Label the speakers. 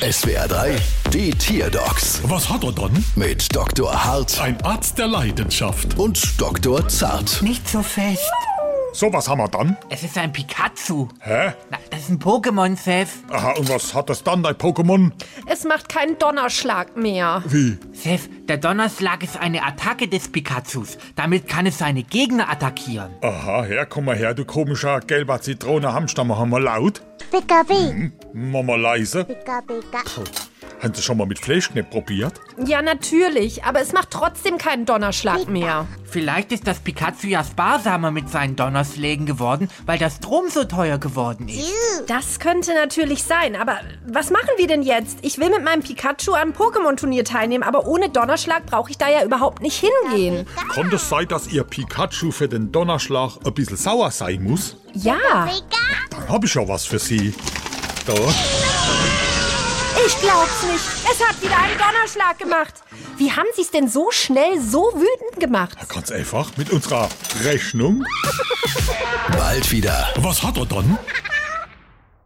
Speaker 1: SWR 3, die Tierdocs
Speaker 2: Was hat er dann?
Speaker 1: mit Dr. Hart
Speaker 2: Ein Arzt der Leidenschaft.
Speaker 1: und Dr. Zart.
Speaker 3: Nicht so fest.
Speaker 2: So, was haben wir dann?
Speaker 3: Es ist ein Pikachu.
Speaker 2: Hä?
Speaker 3: Na, das ist ein Pokémon, Seth.
Speaker 2: Aha, und was hat das dann, dein Pokémon?
Speaker 4: Es macht keinen Donnerschlag mehr.
Speaker 2: Wie?
Speaker 3: Seth, der Donnerschlag ist eine Attacke des Pikachus. Damit kann es seine Gegner attackieren.
Speaker 2: Aha, her, komm mal her, du komischer gelber Zitrone Hamster, machen wir laut.
Speaker 5: Pika Pika,
Speaker 2: Machen wir leise.
Speaker 5: Pika Pika,
Speaker 2: Haben Sie schon mal mit Fleischknepp probiert?
Speaker 4: Ja, natürlich, aber es macht trotzdem keinen Donnerschlag mehr.
Speaker 3: Vielleicht ist das Pikachu ja sparsamer mit seinen Donnerschlägen geworden, weil der Strom so teuer geworden ist.
Speaker 4: Das könnte natürlich sein, aber was machen wir denn jetzt? Ich will mit meinem Pikachu am Pokémon-Turnier teilnehmen, aber ohne Donnerschlag brauche ich da ja überhaupt nicht hingehen.
Speaker 2: Kann das sein, dass Ihr Pikachu für den Donnerschlag ein bisschen sauer sein muss?
Speaker 4: Ja,
Speaker 5: Pika.
Speaker 2: Dann hab ich ja was für Sie. Da.
Speaker 4: ich glaub's nicht. Es hat wieder einen Donnerschlag gemacht. Wie haben sie's denn so schnell so wütend gemacht?
Speaker 2: Ganz einfach, mit unserer Rechnung.
Speaker 1: Bald wieder.
Speaker 2: Was hat er dann?